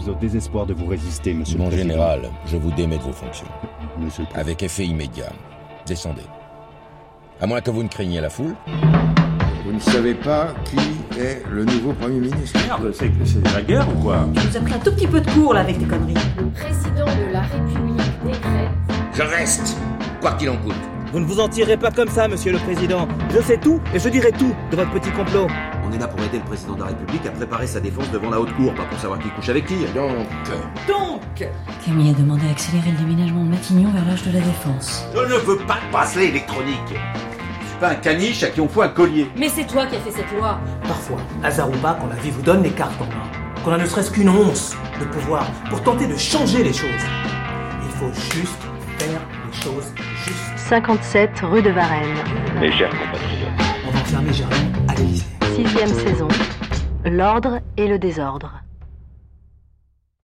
suis au désespoir de vous résister, monsieur Mon le Président. général, je vous démets de vos fonctions. Monsieur le Président. Avec effet immédiat. Descendez. À moins que vous ne craigniez la foule. Vous ne savez pas qui est le nouveau Premier ministre Merde, c'est c'est la guerre ou quoi Tu nous as pris un tout petit peu de cours là avec tes conneries. Le président de la République décrète Je reste, quoi qu'il en coûte. Vous ne vous en tirez pas comme ça, monsieur le président. Je sais tout et je dirai tout de votre petit complot. On est là pour aider le président de la République à préparer sa défense devant la haute cour, pas pour savoir qui couche avec qui. Donc, Donc Camille a demandé à accélérer le déménagement de Matignon vers l'âge de la Défense. Je ne veux pas de bracelet électronique. Je suis pas un caniche à qui on fout un collier. Mais c'est toi qui as fait cette loi Parfois, hasard ou pas, quand la vie vous donne les cartes en main, qu'on a ne serait-ce qu'une once de pouvoir pour tenter de changer les choses, il faut juste faire les choses justes. 57 rue de Varennes, Mes chers compatriotes, On va enfermer Germaine à l'Élysée. sixième saison. L'ordre et le désordre.